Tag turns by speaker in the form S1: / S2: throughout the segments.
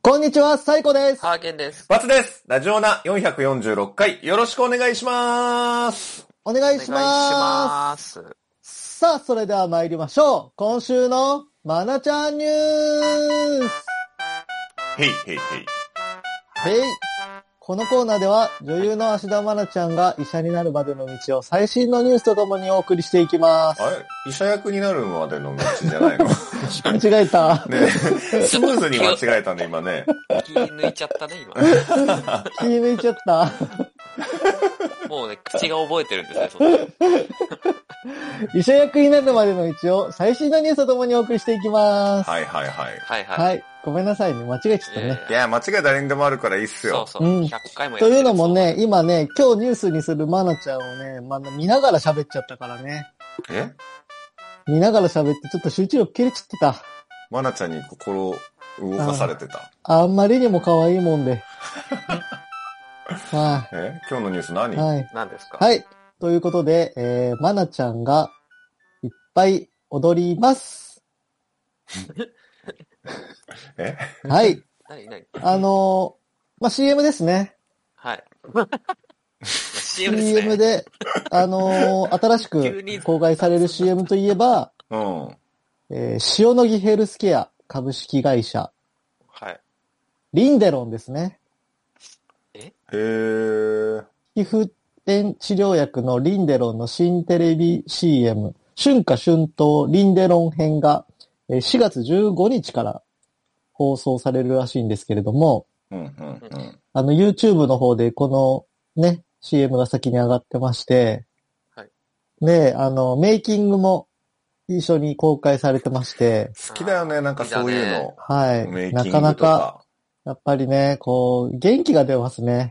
S1: こんにちは、サイコです。
S2: ハーゲンです。
S3: バツです。ラジオナ446回、よろしくお願いします。
S1: お願
S2: お
S1: い
S2: 願い
S1: し
S2: し
S1: ま
S2: ます。
S1: す。さあ、それでは参りましょう。今週のまなちゃんニュース
S3: へいへいへ
S1: へ
S3: い。
S1: いこのコーナーでは女優の芦田愛菜ちゃんが医者になるまでの道を最新のニュースとともにお送りしていきます。
S3: あれ医者役になるまでの道じゃないのね
S1: 間違えた。
S3: スムーズに間違えたね、今ね。
S2: 気抜いちゃったね、
S1: 気抜いちゃった。
S2: 今。もうね、口が覚えてるんで すね、そっち
S1: 医者役になるまでの道を最新のニュースとともにお送りしていきます。
S3: はいはいはい。
S2: はいはい。
S1: はい。ごめんなさいね。間違えちゃった
S2: え
S1: ね。
S2: ー
S3: いや、間違い誰にでもあるからいいっす
S2: そ
S3: よ
S2: う。そう。
S1: うん
S2: 100回もや
S1: と
S2: って
S1: い
S2: る
S1: うのも。ね、今ね、今日ニュースにする愛菜ちゃんをね、まあ、見ながら喋っちゃったからね。
S3: え
S1: 見ながら喋ってちょっと集中力切れちゃってた。
S3: マナちゃんに心を動かされてた。
S1: あんまりにも可愛いもん で。は
S3: え今日のニュース何
S1: い。はい。
S2: 何ですか
S1: はい。ということで、えー、まなちゃんがいっぱい踊り ます。
S3: え
S1: はい。
S2: 何何
S1: あのーまあ、CM ですね。
S2: はい。CM ですね。
S1: CM で、あのー新し
S2: 急に
S1: く公開される CM といえば、
S3: うん。
S1: えー、塩野義ヘルスケア株式会社、
S2: はい。
S1: リンデロンですね。
S3: へー。
S1: 皮膚炎治療薬のリンデロンの新テレビ CM、春夏春冬リンデロン編がえー4月15日から放送されるらしいんですけれども、
S3: うんうんうん。
S1: あの YouTube の方でこのね、CM が先に上がってまして、
S2: はい
S1: で、あの、メイキングも一緒に公開されてまして、
S3: 好きだよね、なんかそういうの。
S1: は
S3: メイ
S1: い。
S3: キン
S1: な
S3: グ
S1: か
S3: とか。
S1: なか、やっぱりね、こう、元気が出ますね。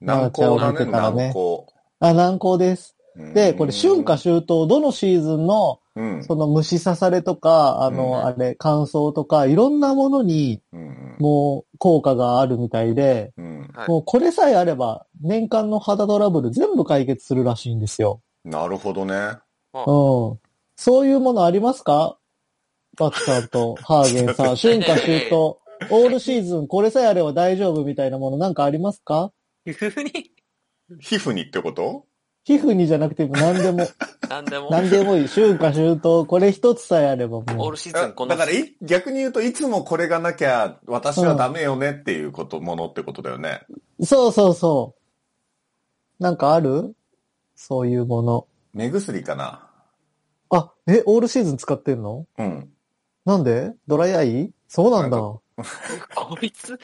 S3: 難航
S1: マナちゃんを
S3: だね、
S1: 見てたらね
S3: 難航。
S1: あ、難航です。で、これ、春夏
S3: か
S1: 秋冬、どのシーズンの
S3: うん。
S1: その虫刺されとか、あ
S3: う
S1: の、
S3: ん
S1: あれ、乾燥とか、いろんなものに、
S3: うん
S1: もう、効果があるみたいで、
S3: うん。
S2: はい
S1: もうこれさえあれば、年間の肌トラブル全部解決するらしいんですよ。
S3: なるほどね。
S1: うん。そういうものありますかバッツさんとハーゲ ンさん、春夏秋冬、オールシーズン、これさえあれば大丈夫みたいなものなんかありますか
S2: 急に
S3: 皮膚にってこと
S1: 皮膚にじゃなくても何で も、
S2: 何でも。
S1: 何でもいい。春夏秋冬、これ一つさえあれば
S2: オ
S1: も
S2: ー
S1: う
S2: ルシーズ
S3: だ
S2: ンこんな
S3: からい、逆に言うと、いつもこれがなきゃ、私はダメよねっていうこと、ものってことだよね。。
S1: そうそうそう。なんかあるそういうもの。
S3: 目薬かな
S1: あ、え、オールシーズン使ってんの
S3: うん。
S1: なんでドライアイそうなんだ。
S3: な
S2: こいつ、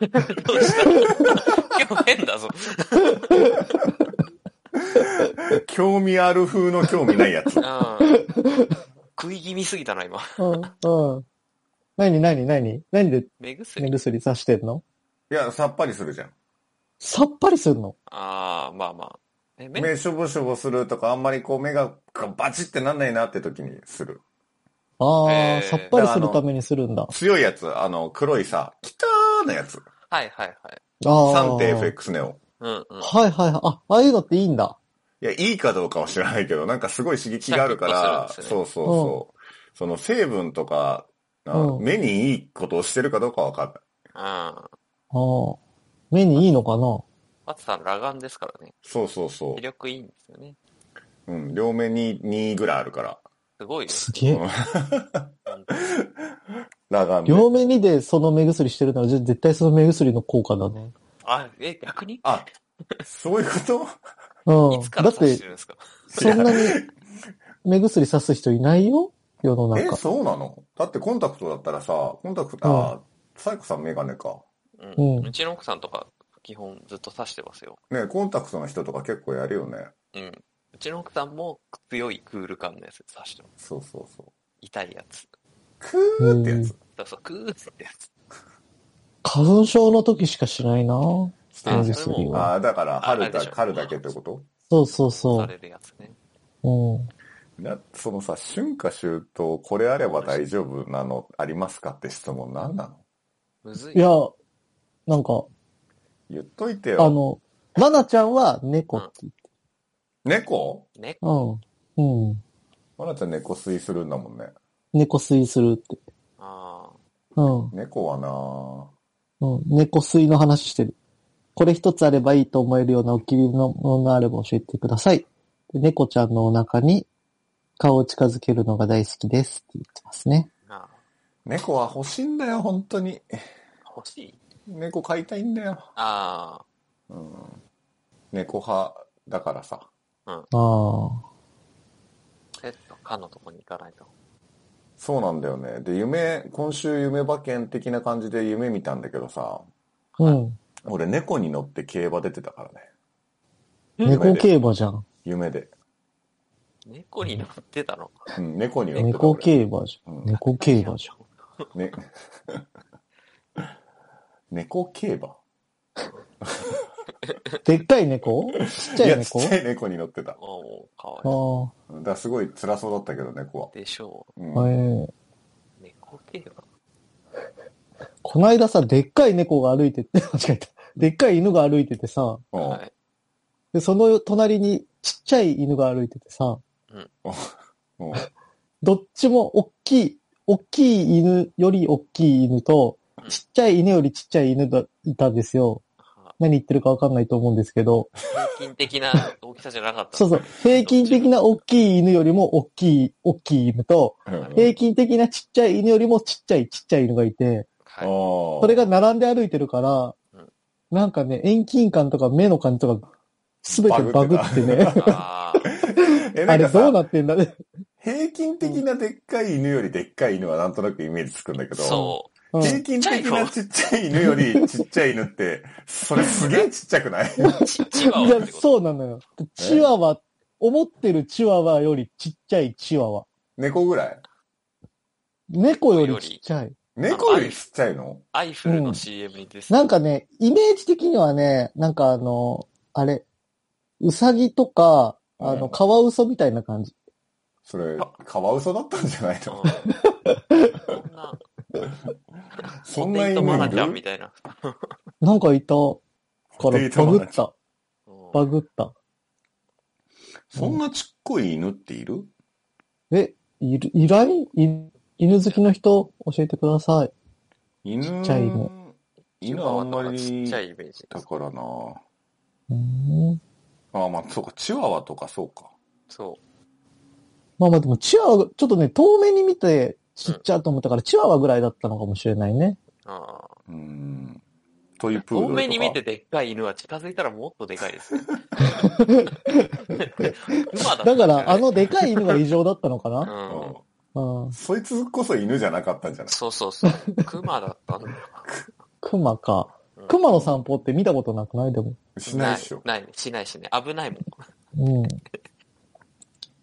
S2: どう した今日変だぞ。
S3: 興味ある風の興味ないや つ
S2: う。ん。食い気味すぎたな、今。
S1: うん、うん。なになになに何で
S2: 目薬
S1: 目薬さしてんの
S3: いや、さっぱりするじゃん。
S1: さっぱりするの
S2: ああ、まあまあ。え、目
S3: 目しょぼしょぼするとか、あんまりこう目がバチってなんないなって時にする。
S1: ああ、
S2: えー
S1: さっぱりするためにするんだ。
S3: 強いやつ、あの、黒いさ、きたーなやつ。
S2: はいはいはい。
S1: ああ。
S3: 3.fx ネオ。
S2: うんうん。
S1: はいはいはい。あ、ああいうのっていいんだ。
S3: いや、いいかどうかは知らないけど、なんかすごい刺激があるか
S2: シャ
S3: ら、
S2: キッとするんですよ
S3: そうそうそう。その成分とか、あ
S1: うん
S3: 目にいいことをしてるかどうかわかんない。
S2: うん。
S1: ああ。目にいいのかな
S2: 松さん、裸眼ですからね。
S3: そうそうそ
S2: 視力いいんですよね。
S3: う。うん、両目に2ぐらいあるから。
S2: すごいよ。
S1: すげえ。
S2: 本当に
S3: 裸眼で。
S1: 両目にでその目薬してるなら、じゃあ絶対その目薬の効果だね。
S2: あ、え、逆に
S3: あ、そういうこと
S1: うん。
S2: いつか
S1: だ
S2: ら
S1: っ
S2: 察して
S1: て、
S2: るんですか
S1: そんなに目薬さす人いないよ世の
S3: え、
S1: 中。
S3: そうなのだってコンタクトだったらさ、コンタクト、あ、サイコさんメガネか。
S2: うん
S1: う。ん
S2: うちの奥さんとか、基本ずっと刺してますよ。
S3: ねコンタクトの人とか結構やるよね。
S2: うん。うちの奥さんも強いクール感のやつ刺してます。
S3: そうそうそう。
S2: 痛いやつ。
S3: クーってやつ。
S2: そうそう、クーってやつ。
S1: 花粉症の時しかしないな
S3: して
S1: 目
S3: る
S2: あ
S3: じゃん
S2: それ
S1: 薬
S2: も
S1: は。
S3: あー、だか
S2: あ
S3: ら、
S2: あ
S3: 春
S2: れで
S3: だ、
S2: しょ
S3: 春だけってこと
S1: そうそうそ
S2: されるやつね。
S1: う。うん。
S3: な、そのさ、春夏秋冬、これあれば大丈夫なのありますかって質問何なの
S2: むずい。
S1: いや、なんか、
S3: 言っといて
S1: あ
S3: よ。
S1: の、まなちゃんは猫って言って。
S3: 猫
S2: ね。
S1: うん。うん。
S3: まなちゃん猫吸いするんだもんね。
S1: 猫吸いするって。
S2: あ
S1: うん。
S3: 猫はな
S1: うん、猫吸いの話してる。これ一つあればいいと思えるようなお気に入りのものがあれば教えてください。で猫ちゃんのお腹に顔を近づけるのが大好きですって言ってますね。
S2: なあ
S3: 猫は欲しいんだよ、本当に。
S2: 欲しい
S3: 猫飼いたいんだよ。
S2: あ
S3: うん。猫派だからさ。
S1: ああ。
S2: あ、ペット、缶のとこに行かないと。
S3: そうなんだよね。で、夢、今週夢馬券的な感じで夢見たんだけどさ、
S1: うん。
S3: 俺猫に乗って競馬出てたからね。
S1: 猫競馬じゃん。
S3: 夢で。
S2: 猫に乗ってたの。
S3: うん、猫に乗ってた。
S1: 猫
S3: 俺
S1: 競馬じゃ
S3: うん
S1: ん。猫競馬じゃん。
S3: ね。 猫競馬
S1: でっかい猫ちっちゃい
S3: や、ち
S1: 猫
S3: っちゃい猫に乗ってた。
S2: おー、かわいい。
S1: あ
S3: だからすごい辛そうだったけど、猫は。
S2: でしょ
S3: うん
S1: あ、ええ
S2: う。猫系は
S1: こないださ、でっかい猫が歩いてて、 間違えた。でっかい犬が歩いててさ、
S3: うん
S2: はい。
S1: で、その隣にちっちゃい犬が歩いててさ、
S3: うん
S1: どっちも大きい、大きい犬より大きい犬と、ちっちゃい犬よりちっちゃい犬がいたんですよ。
S2: は
S1: 何言ってるかわかんないと思うんですけど、
S2: 平均的な大きさじゃなかった。
S1: そうそう、平均的な大きい犬よりも大きい、大きい犬と、
S3: うん
S1: 平均的なちっちゃい犬よりもちっちゃいちっちゃい犬がいて、
S3: あ
S2: はい。
S3: ー
S1: それが並んで歩いてるから
S2: うん、
S1: なんかね、遠近感とか目の感じとか、すべてバグってね。
S2: ああ、
S3: え、な
S1: あ
S3: ん
S1: れ
S3: か
S1: どう
S3: さ、
S1: なってんだね。
S3: 平均的なでっかい犬よりでっかい犬はなんとなくイメージつくんだけど、
S2: そう
S3: 平
S1: ん
S3: 均的なちっちゃい犬よりちっちゃい犬って、それすげえちっちゃ くない
S2: う。ち千葉
S1: い
S2: はっ
S1: や、
S2: てこと
S1: そうなのよ。チワワ、思ってるチワワよりちっちゃいチワワ。
S3: 猫ぐらい
S1: 猫よりちっちゃい。
S3: 猫よりちっちゃいの
S2: アイフル
S1: う
S2: の
S1: ん
S2: CM にです。
S1: なんかね、イメージ的にはね、なんかあの、あれ、ウサギとか、あ
S3: う
S1: の、
S3: ん
S1: カワウソみたいな感じ。
S3: それ、カワウソだったんじゃない
S2: う
S3: の
S2: んこんな、
S3: そんな犬
S2: とマナ
S3: い
S2: ちゃんみ
S3: る
S2: たいな。
S1: なんかいたから
S3: データ
S1: バ
S3: マ
S1: グ
S3: ナ
S1: っ
S3: ちゃ
S1: た。バグった。
S3: そんなちっこい犬っている
S1: え、いる、いらいい犬好きの人、教えてください。
S3: 犬、
S1: ちっちゃい犬
S3: 犬あんまり、
S2: ちっちゃいイメージ。
S3: だからな
S1: うーん
S3: ああ、まあ、そうか、チワワとかそうか。
S2: そ
S1: まあまあでも、チワワ、ちょっとね、遠目に見て、ちっちゃと思ったから、チワワぐらいだったのかもしれないね。
S2: う。ああ。
S3: うん。トイプードル
S2: 遠
S3: とか。
S2: 目に見てでっかい犬は近づいたらもっとでかいですね。馬だ
S1: だから、あ
S2: の、
S1: のでかい犬が異常だったのか
S2: う
S1: な、
S3: うんん。
S1: うん、
S3: そいつこそ犬じゃなかったんじゃない
S2: そうそうそう。熊だったんだよ。
S1: 熊か
S2: うん。
S1: 熊の散歩って見たことなくないでも。
S3: しないっしょ。
S2: ない、ないしないしね。危ないもん。
S1: うん。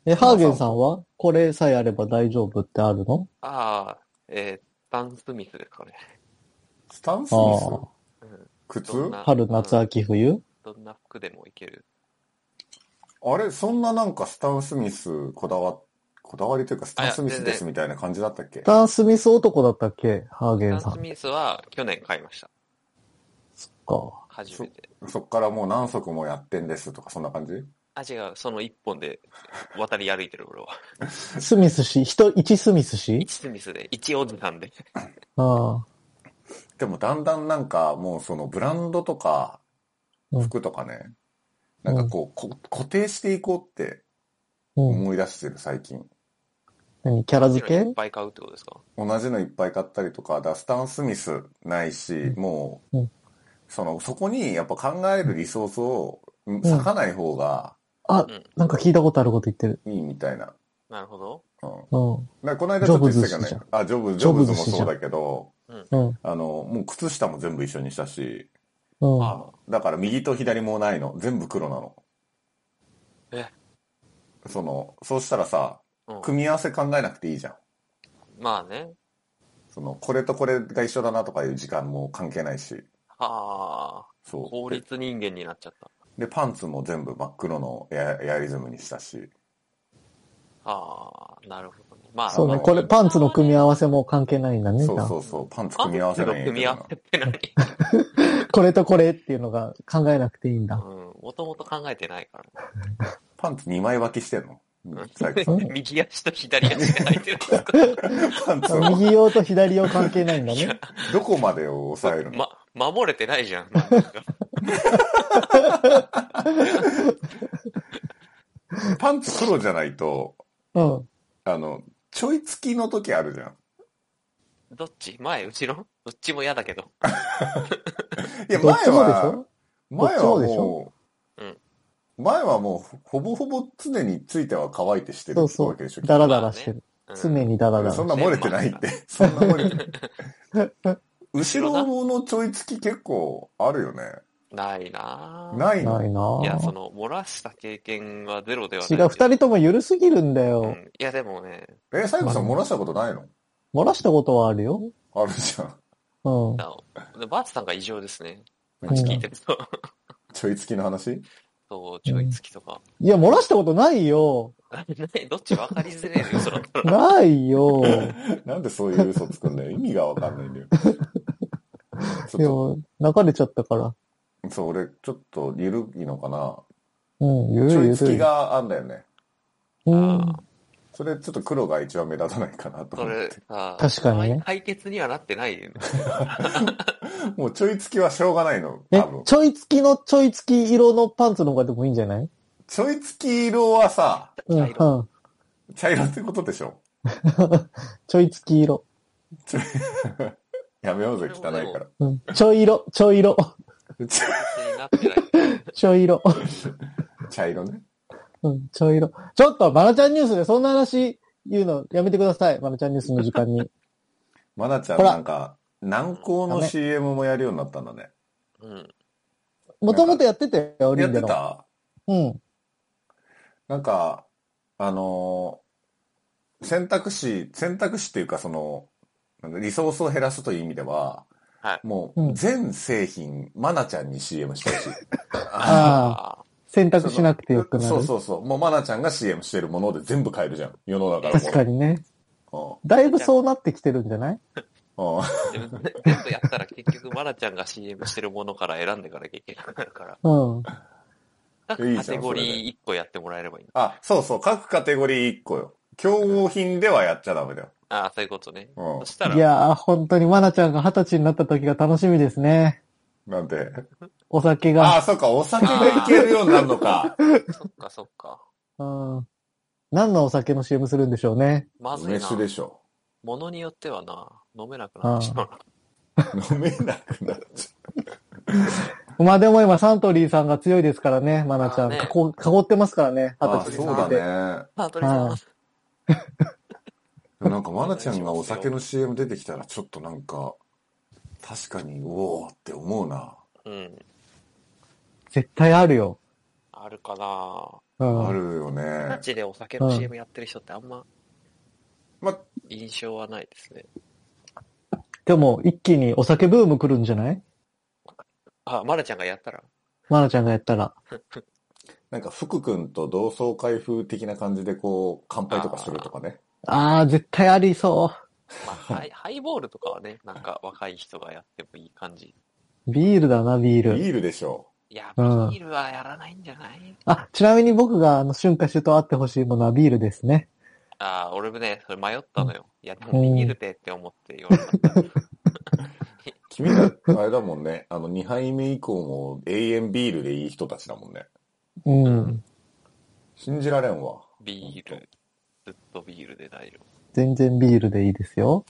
S1: え、ハーゲンさんはこれさえあれば大丈夫ってあるの
S2: ああ、えー、ダンスミスですかね。
S3: スタンスミス
S1: ああ。
S2: うん
S3: 靴
S2: どんな
S1: 春、夏、秋、冬
S2: どんな服でもいける。
S3: あれそんななんかスタン・スミスこだわ、こだわりというかスタン・スミス
S2: あいや全
S3: で
S2: 然
S3: すみたいな感じだったっけ
S1: ダンスミス男だったっけハーゲ
S2: ダ
S1: ン
S2: ン
S1: さ
S2: ス
S1: ん
S2: ミスは去年買いました。
S1: か。
S2: 初めて。
S3: そっからもう何足もやってんですとかそんな感じ
S2: あ、違う、その一本で渡り歩いてる俺は。
S1: スミス氏、人、一スミス氏
S2: 一スミスで、一おじさんで。
S1: ああ。
S3: でもだんだんなんかもうそのブランドとか
S1: うん
S3: 服とかね、なんかこうこ固定していこうって
S1: うん。
S3: 思い出してる最近。
S1: 何キャラ付
S2: い
S1: け
S2: っぱい買うってことですか
S3: 同じのいっぱい買ったりとか、ダスタン・スミスないし、もう、
S1: うん
S3: その、そこにやっぱ考えるリソースを割かない方が
S1: あ
S2: うん、
S1: なんか聞いたことあること言ってる。
S3: いいみたいな。
S2: なるほど。
S3: うん。
S1: うん。
S3: だからこの間ちょっと言ってた
S1: ジョブズ好き
S3: け
S1: じゃ
S3: どね。あ、ジョブズ、ジ
S1: ジ
S3: ョ
S1: ョ
S3: ブ
S1: ブ
S3: ズ
S1: ズ好
S3: も
S1: きじゃん
S3: そうだけど、
S1: うん。
S3: あの、もう靴下も全部一緒にしたし、
S1: うん。
S2: あ
S3: だから右と左もないの。全部黒なの。
S2: え
S3: その、そうしたらさ、
S2: うん、
S3: 組み合わせ考えなくていいじゃん。
S2: まあね。
S3: その、これとこれが一緒だなとかいう時間も関係ないし。
S2: ああ、
S3: そう。
S2: 法律人間になっちゃった。
S3: で、パンツも全部真っ黒のエアエアリズムにしたし。
S2: ああ、なるほどね。まあ、
S1: そう
S3: あ
S1: ね。
S3: の
S1: これ、パンツの組み合わせも関係ないんだね。
S3: そう
S1: じ
S3: そ
S1: ゃ
S3: うそう、パンツ
S2: パン
S3: 組
S2: ツ
S3: み合わせ
S2: の
S3: ない
S2: 組み合わせって何
S1: あこれとこれっていうのが考えなくていいんだ。
S2: うん、もともと考えてないからね。
S3: パンツ2枚分けしてんのさ っき
S1: うん
S2: 右足と左足が空いて るんですか
S3: パンツを
S1: 右用と左用関係ないんだね。
S3: どこまでを抑えるの、
S2: ま、守れてないじゃん。なんか
S3: パンツ黒じゃないと、
S1: うん。
S3: あの、ちょいつきの時あるじゃん。
S2: どっち前後ろどっちも嫌だけど。
S3: いや、
S1: ど
S3: 前
S1: っちもでし
S3: は
S1: ょ、
S3: 前は
S1: どっちもでし
S3: もう、
S2: うん
S3: 前はもう、ほぼほぼ常については乾いてしてる
S1: そう
S3: わ
S1: そう
S3: けでしょ。
S1: ダラダラしてる。
S2: うん
S1: 常にダラダラ
S3: そん。な漏れてないって。そんな漏れてない。 後ろのちょいつき結構あるよね。
S2: ないなぁ
S3: ないの
S1: ないなぁ
S2: いや、その、漏らした経験はゼロでは
S1: 違
S2: ない。
S1: う、二人とも緩すぎるんだ
S2: う
S1: よ。
S2: んいや、でもね、
S3: え、最後さん漏らしたことないの
S1: 漏らしたことはあるよ。
S3: あるじゃん。
S1: うん。
S2: あのバーツさんが異常ですね。
S1: うん
S2: 聞いてると。
S3: ちょいつきの話
S2: そう、ちょいつきとか。
S1: いや、漏らしたことない よ。
S2: ねどっち分かりづれえよ、その。
S1: ないよ。
S3: なんでそういう嘘つくんだよ。意味がわかんないんだよ。
S1: で
S3: ちょ
S1: も、泣かれちゃったから。
S3: っと、そう、俺、ちょっと緩いのかな。
S1: うん、ゆる
S3: ちょ
S1: ゆ
S3: いつ
S1: る
S3: き
S1: い。
S3: があんだよね。
S1: うん。
S3: それ、ちょっと黒が一番目立たないかなと
S2: そ
S3: 思っ
S2: れ
S3: て。
S2: さ、
S1: 確かにね
S2: 解解決にはなってないよね。
S3: もうちょいつきはしょうがないの。
S1: え
S3: 多分、。
S1: ちょいつきのちょいつき色のパンツの方がでもいいんじゃない
S3: ちょいつき色はさ、
S1: うん、う
S2: 茶色
S1: ん。
S3: 茶色ってことでしょ。
S1: ちょいつき色。
S3: ちょいやめようぜ、汚いから。
S1: うん。ちょい色、ちょい色、
S3: ちょ
S2: になってない。
S1: ちょい色。
S3: 茶色ね。
S1: うん、ちょい色。ちょっと、まなちゃんニュースでそんな話言うのやめてください。まなちゃんニュースの時間に。
S3: まなちゃん
S1: ほら
S3: なんか、南高の
S1: ダメ
S3: CM もやるようになったんだね。
S2: うん。
S1: もともとやってたよ、リ
S3: やっ
S1: ンデロ
S3: て
S1: ン。
S3: た
S1: うん。
S3: なんか、あのー選択肢、選択肢っていうかその、なんかリソースを減らすという意味では、
S2: はい
S3: も
S1: う
S3: うん全製品、マナちゃんに CM してほしい。
S1: ああ、選択しなくてよくなる。
S3: そうそうそう。もうマナちゃんが CM してるもので全部買えるじゃん。世の中のもの。
S1: 確かにね。
S3: うん
S1: だいぶそうなってきてるんじゃない
S3: うん
S2: ー。でもね全部やったら結局、まなちゃんが CM してるものから選んでいかなきゃいけなくなるから、
S1: うん。
S2: 各カテゴリー1個やってもらえればいいの。
S3: あ、そうそう。各カテゴリー1個よ。競合品ではやっちゃダメだよ。
S2: ああ、そういうことね。
S3: うん
S2: そしたら、
S1: いやー、本当にまなちゃんが二十歳になった時が楽しみですね。
S3: なんで。
S1: お酒が。
S3: あそっか。お酒がいけるようになるの か。
S2: そっかそっか。
S1: うん。何のお酒の CM するんでしょうね。
S2: まずい
S3: 梅
S2: な
S3: 酒。でしょ。
S2: ものによってはな、飲めなくなっ ちゃうな。
S3: 飲めなくなっち
S1: まあでも今サントリーさんが強いですからね、まなちゃん。
S2: あーね
S1: 囲囲ってますからね、
S3: ゃう。
S1: 二
S3: あ、
S1: 十歳
S3: そ
S1: に
S3: う
S1: 向
S3: だ
S1: けて。
S3: ね。
S2: あ、鳥さ
S1: は
S2: ん
S1: い。
S3: でもなんか、まなちゃんがお酒の CM 出てきたら、ちょっとなんか、確かに、おおって思うな。
S2: うん。
S1: 絶対あるよ。
S2: あるかな
S1: う
S3: あ
S1: ん。
S3: るよ
S2: マ
S3: ね。
S2: ジでお酒の CM やってる人ってあんま
S3: ま、
S2: 印象はないですね。
S1: でも一気にお酒ブーム来るんじゃない
S2: あ、まるちゃんがやったら
S1: まなちゃんがやったら。
S3: なんか、福くんと同窓会風的な感じで、こう、乾杯とかするとかね。
S1: あー、絶対ありそ
S2: まあ、 ハイハイボールとかはね、なんか若い人がやってもいい感じ。
S1: う。ビールだな、ビー
S3: ビ
S1: ル。
S3: ールでしょ
S2: いや、ビ
S1: うん
S2: ールはやらないんじゃない、
S1: あ、ちなみに僕があの、春夏秋冬あってほしいものはビールですね。
S2: ああ、俺もね、それ迷ったのよ。いや、でもビールでって思って言われた。
S3: う。君ら、あれだもんね。あの、2杯目以降も永遠ビールでいい人たちだもんね。
S1: うん。
S3: 信じられんわ。
S2: ビール。ずっとビールで大丈
S1: 全然ビールでいいですよ。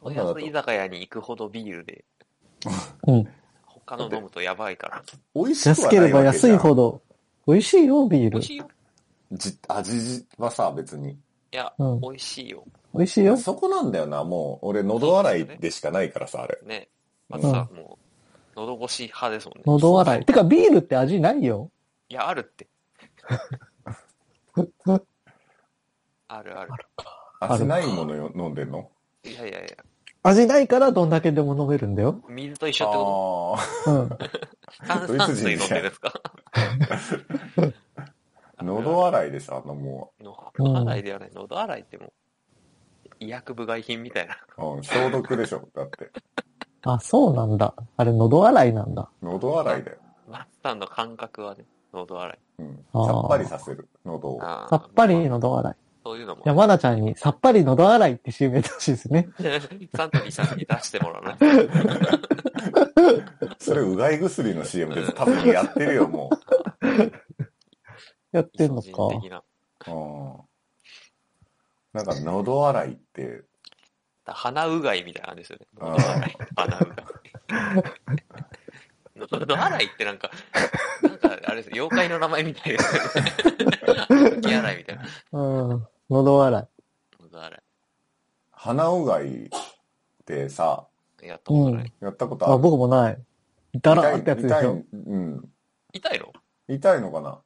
S2: 夫。おやつ居酒屋に行くほどビールで、
S1: うん。
S2: 他の飲むとやばいから。
S3: 美味しく
S1: 安
S3: は
S1: け
S3: な
S1: れ
S3: い
S1: ば
S3: わけじ
S1: 安
S3: ゃん
S1: いほど。美味しいよ、ビー
S2: 美
S1: ル
S2: 味。しいよ。
S3: じ味はさ、別に。
S2: いや、
S1: うん
S2: 美味しいよ。
S1: 美味しいよ。
S3: そこなんだよな、もう。俺、喉笑いでしかないからさ、あれ。
S2: ね。まずさ、もう、喉越し派ですもんね。
S1: 喉笑い。てか、ビールって味ないよ。
S2: いや、あ るって。あるある。
S3: 味ないものよ飲んでんの
S2: いやいやいや、
S1: 味ないからどんだけでも飲めるんだよ。
S2: 水と一緒ってこ
S3: ああ
S1: うん。
S2: と炭
S3: ドイ
S2: 酸
S3: ツ人
S2: 水飲ん
S3: みた
S2: で
S3: い
S2: るんです か
S3: ー、喉笑いでさ、あのも
S2: 喉洗いではない。喉洗いってもう、医薬部外品みたいな。
S3: う、うん、消毒でしょ。だって。
S1: あ、そうなんだ。あれ、喉洗いなんだ。
S3: 喉笑いだよ。
S2: マスターの感覚はね、喉洗い。
S3: うん。
S1: あー
S3: さっぱりさせる、喉を。
S2: あ
S1: さ
S2: ー
S1: っぱりのど洗い。
S2: そういうのも
S1: い。や、まなちゃんにさっぱりのど洗いって締めてほしいですね。
S2: サントリー さんに出してもらわない
S3: それ、うがい薬の CM です。多分やってるよ、も
S1: やって
S2: と。
S1: んのか。
S2: 個人的な。
S3: う。うん。なんか、喉洗いって、
S2: 鼻うがいみたいな感じですよね。
S3: あー
S2: 喉洗い。鼻うがい。喉洗いってなんか、なんかあれです妖怪の名前みたいですよね。気洗いみたいな。
S1: うん。のど洗い。
S2: 喉洗
S3: 鼻うがいってさ、
S2: い。やったことない。
S1: うん
S3: やったことあ
S1: あ、
S3: る
S1: 僕もない。だらーってやつで
S3: 痛
S1: し
S3: い
S1: ょ。
S3: 痛いうん。
S2: 痛いの
S3: 痛いのかな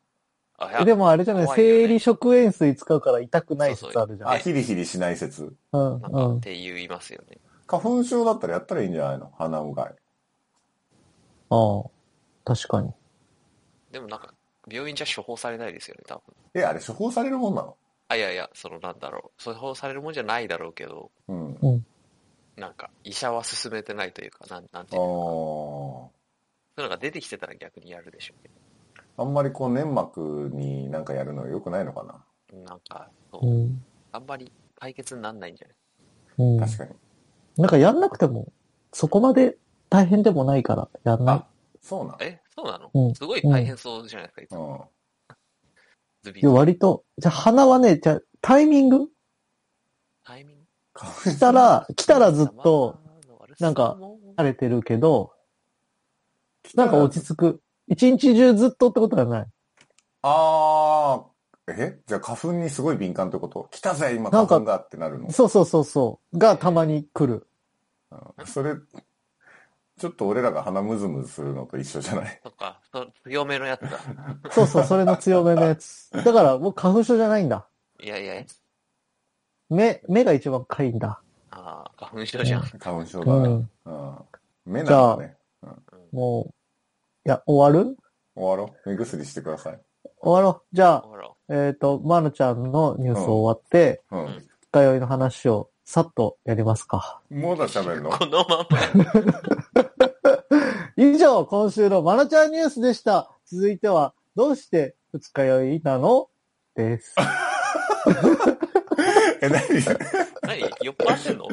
S2: あ、い
S1: え
S2: や
S1: でもあれじゃない、
S2: 怖いよね
S1: 生理食塩水使うから痛くない説あるじゃん。
S3: あ、ヒリヒリしない説。
S1: うん、
S2: なんか
S1: う
S2: っ
S1: ん。
S2: て言いますよね。
S3: 花粉症だったらやったらいいんじゃないの鼻うがい。
S1: ああ、確かに。。
S2: でもなんか、病院じゃ処方されないですよね、多分。
S3: え、あれ処方されるもんなの
S2: あ、いやいや、そのなんだろう。処方されるもんじゃないだろうけど、
S3: うん。
S2: なんか、医者は勧めてないというか、なん、なんていうの
S3: あ
S2: そういうのが出てきてたら逆にやるでしょうけ
S3: あ。あんまりこう粘膜になんかやるの良くないのかな、
S2: ど。なんか、そううんあんまり解決になんないんじゃない
S1: うん。
S3: 確かに。
S1: なんかやんなくても、そこまで大変でもないから、やんない
S3: あ。そうなん。
S2: えそうなの、
S1: うん
S2: すごい大変そうじゃないですか、いつも。
S3: うん。
S2: ズビ
S1: いや割と、じゃあ鼻はね、じゃあタイミング
S2: タイミング
S1: 来たら、来たらずっと、、なんか、
S2: あ
S1: 荒れてるけど、なんか落ち着く。一日中ずっとってことはない。
S3: ああ。えじゃあ花粉にすごい敏感ってこと来たぜ、今
S1: なん
S3: 花
S1: か
S3: 粉がってなるの
S1: そうそうそうそう。がたまに来る。
S3: うんそれ、ちょっと俺らが鼻ムズムズするのと一緒じ ゃない
S2: そっか、そ強めのやつだ。
S1: そうそう、それの強めのやつ。だから僕花粉症じゃないんだ。
S2: いやいや、
S1: 目、目が一番かいんだ。
S2: ああ、花粉症じゃん。
S3: 花粉症
S1: う
S3: だね。
S1: ん。
S3: うん。目なんだね。
S1: もう、いや、終わる
S3: 終わろう。目薬してください。
S1: 終わろう。じゃ
S2: ほら、
S1: あ、えっ、と、まるちゃんのニュース終わって、
S3: う
S2: うん
S3: ん。
S1: 二日酔いの話をさっとやりますか。
S3: もうだ喋るの
S2: このままや
S1: 以上、今週のまるちゃんニュースでした。続いては、どうして二日酔いなのです。
S3: え、何
S2: 何酔っ払って んの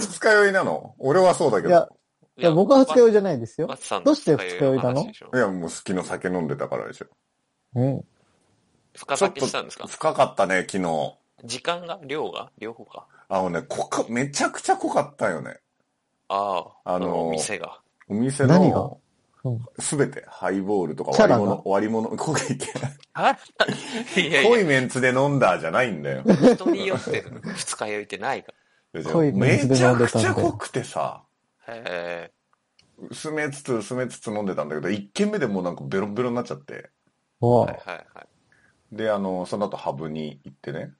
S3: 二日酔いなの俺はそうだけ
S1: いや
S3: ど。
S1: いや、僕は二日
S2: い
S1: 酔いじゃないです
S2: や
S1: よ
S2: バ。ツさん
S1: ど
S2: の
S1: うして
S2: 二
S1: 二
S2: 日
S1: 日
S2: 酔
S1: 酔
S2: い
S1: い
S2: の
S1: なの
S2: 話でしょ
S3: い。や、もう好きの酒飲んでたからでしょ。
S1: うん。
S2: 深
S3: ちょ
S2: 酒
S3: っと
S2: したんですか
S3: 深かったね、昨日。
S2: 時間が量が両方か。
S3: あのね、濃か、めちゃくちゃ濃かったよね。
S2: ああ、
S3: あのー
S2: お店が。
S3: お店
S1: 何が
S3: の
S1: うん、
S3: すべて、ハイボールとか
S1: チャ
S3: 割
S1: ラ
S3: り
S1: が
S3: 物、割り物、濃 い、
S2: あいやい
S3: 濃
S2: や
S3: い、メンツで飲んだじゃないんだよ。
S2: 人によって二日酔いってないか
S1: 濃いメンツで飲んでたんだよ
S3: めちゃくちゃ濃くてさ、
S2: ら。へ
S3: 薄めつつ薄めつつ飲んでたんだけど、一軒目でもうなんかベロンベロンになっちゃって。
S2: え。
S1: お
S2: はいうはいはい。
S3: で、あの、その後ハブに行ってね、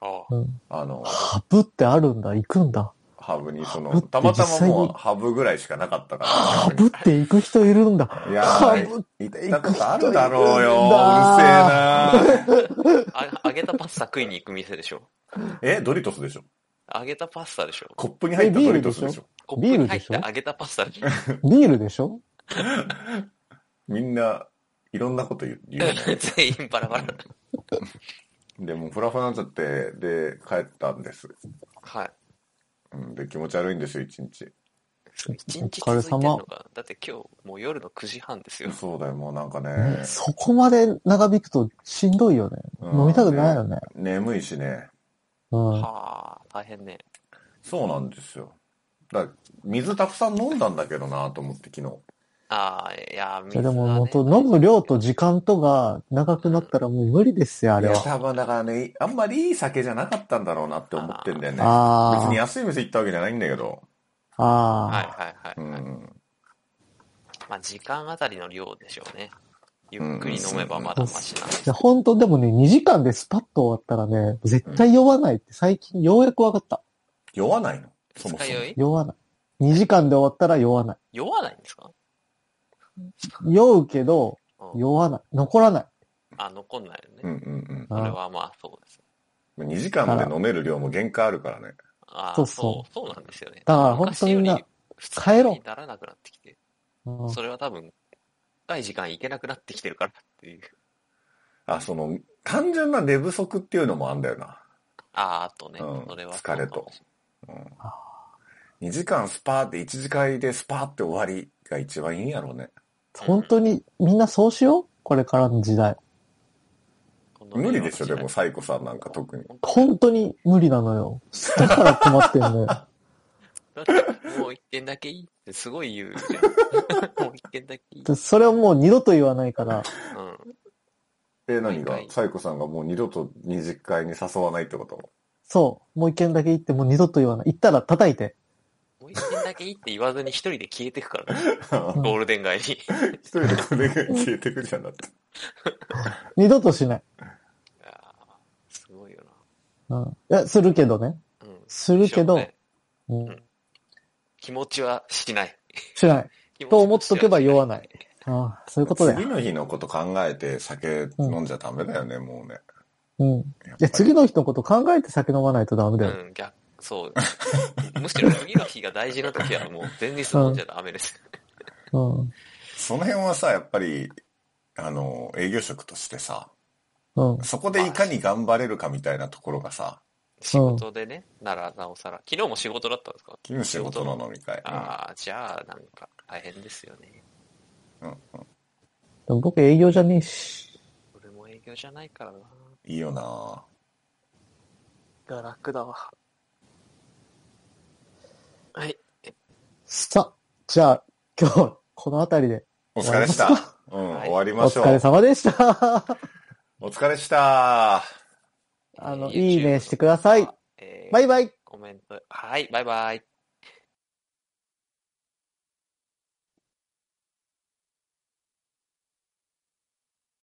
S2: ああ。
S1: うん。
S3: あの、
S1: ハブってあるんだ。行くんだ。
S3: ハブにそ
S1: ハブ
S3: の、
S1: って
S3: たまた
S1: 実
S3: ま
S1: 際に
S3: もうハブぐらいしかなかったから。
S1: ハブって行く人いるんだ。
S3: いやー
S1: ハブ
S3: 行ったことあるだろうよ。うるせ
S2: あ揚げたパスタ食いに行く店でしょ。
S3: えな。え、ドリトスでしょ。
S2: 揚げたパスタでしょ。
S3: コップに入った
S1: えビ
S3: ド
S1: ール
S3: リ
S1: で
S3: ト
S1: しょ
S3: スでしょ。
S2: コップに入っ
S1: ビールでしょ
S2: た揚げたパスタでしょ。
S1: ビールでしょ
S3: みんないろんなこと言う言うよ ね
S2: 全員バ ラバラ。
S3: で、もうフラフラになっちゃって、で、帰ったんです。
S2: はい。
S3: うん、で、気持ち悪いんですよ、一日。
S2: 一日続いてんのか。だって今日もう夜の9時半ですよ。
S3: そうだよ、もうなんかね。
S1: そこまで長引くとしんどいよね。
S3: うん
S1: 飲みたくないよね。
S3: 眠いしね。
S1: うん。
S2: はあ、大変ね。
S3: そうなんですよ。だから水たくさん飲んだんだけどなと思って、昨日。
S2: ああ、いや、
S1: い
S2: 水
S1: や
S2: はね
S1: でも、本当飲む量と時間とが長くなったらもう無理ですよ、あ
S3: あ
S1: れ
S3: れは
S1: は。
S3: 多分だからね、あんまりいい酒じゃなかったんだろうなって思ってんだよね。別
S1: あ
S3: に安い店行ったわけじゃないんだけど。
S1: あ。あ
S2: はい
S1: あ。
S2: はいは
S3: う
S2: いはい。
S3: ん。
S2: まあ、時間あたりの量でしょうね。ゆっくり飲めばまだマシなんです
S1: いや本当でもね、2時間でスパッと終わったらね、絶対酔わないって最近ようやく分かった。
S3: 酔わないのそ
S2: 二
S3: も
S2: 日
S3: そ
S2: 酔
S3: も。
S2: い
S1: 酔わない。2時間で終わったら酔わない。
S2: 酔わないんですか、
S1: 酔うけど、
S2: うん、
S1: 酔わない。残らない。
S2: あ、残んないよね。
S3: うんうん
S2: それ
S1: あ
S2: はまあそうです。
S3: うん。2時間で飲める量も限界あるからね。
S2: ああ、
S1: そ
S2: そうう
S1: そ
S2: そう。そうなんですよね。
S1: だから本当にみんな
S2: 昔より普通にならなくなってきて。
S1: あうん
S2: それは多分、深い時間行けなくなってきてるからっていう。
S3: あ、その、単純な寝不足っていうのもあんだよな。
S2: あー、あとね、
S3: うん
S2: それは。
S3: 疲れと。2時間スパーって1次会でスパーって終わりが一番いいんやろうね。
S1: 本当にみんなそうしようこれからの時代。
S2: 今度の
S3: 無
S2: よ
S3: 理
S2: うな
S3: でしょ、でもサイコさんなんか特に。
S1: 本当に無理なのよ。だから困ってんのよ。
S2: だってもう一件だけいいってすごい言うじゃん。もう一件だけいい。
S1: でそれをもう二度と言わないから、
S2: うん。
S3: え、何が
S2: 毎回
S3: サイコさんがもう二度と二次会に誘わないってこと
S1: そう、もう一件だけ言ってもう二度と言わない。言ったら叩いて。
S2: もう一件だけいいって言わずに一人で消えてくからね、
S1: うん
S2: ゴールデン街に。
S3: 一人でこれが消えてくるじゃんだって。
S1: 二度としない。
S2: あーすごいよ
S1: うん。いや、するけどね。
S2: な。うん。
S1: するけど
S2: しょうもない
S1: うん。
S2: 気持ちはしない。
S1: しない。
S2: 気持ちはしな
S1: と
S2: い
S1: 思っとけば酔わない。。ああ、そういうことだ
S3: 次
S1: よ。
S3: の日のこと考えて酒飲んじゃダメだよね、もうね。
S1: うん。い
S3: やっぱり
S1: や、次の日のこと考えて酒飲まないとダメ
S2: う
S1: だよ。
S2: ん、逆、そう。むしろ次の日が大事な時はもう前日飲んじゃダメです。
S1: うん。
S3: その辺はさ、やっぱり、あの、営業職としてさ、
S1: うん。
S3: そこでいかに頑張れるかみたいなところがさ、
S2: 仕事でね、ならなおさら。昨日も仕事だったんですか
S3: 昨日仕事の飲み会。
S2: ああ、じゃあ、なんか、大変ですよね。
S3: うんうん
S1: でも僕営業じゃねえし。
S2: 俺も営業じゃないからな。
S3: いいよな
S2: が楽だわ。はい。
S1: さあ、じゃあ、今日、この辺りで。
S3: お疲れでした。うん、
S2: はい
S3: 終わり
S1: お
S3: ましょ
S1: 疲れ
S3: う。
S1: 様でした。
S3: お疲れした。
S1: あの
S2: YouTube
S1: いいねしてください
S2: えー
S1: バイバイ。
S2: コメント。はい、バイバイ。